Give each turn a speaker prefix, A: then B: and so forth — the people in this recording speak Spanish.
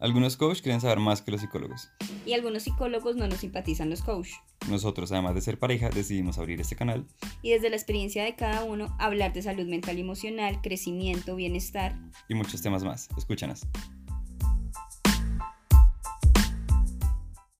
A: Algunos coaches quieren saber más que los psicólogos.
B: Y algunos psicólogos no nos simpatizan los coach.
A: Nosotros, además de ser pareja, decidimos abrir este canal.
B: Y desde la experiencia de cada uno, hablar de salud mental y emocional, crecimiento, bienestar.
A: Y muchos temas más. Escúchanos.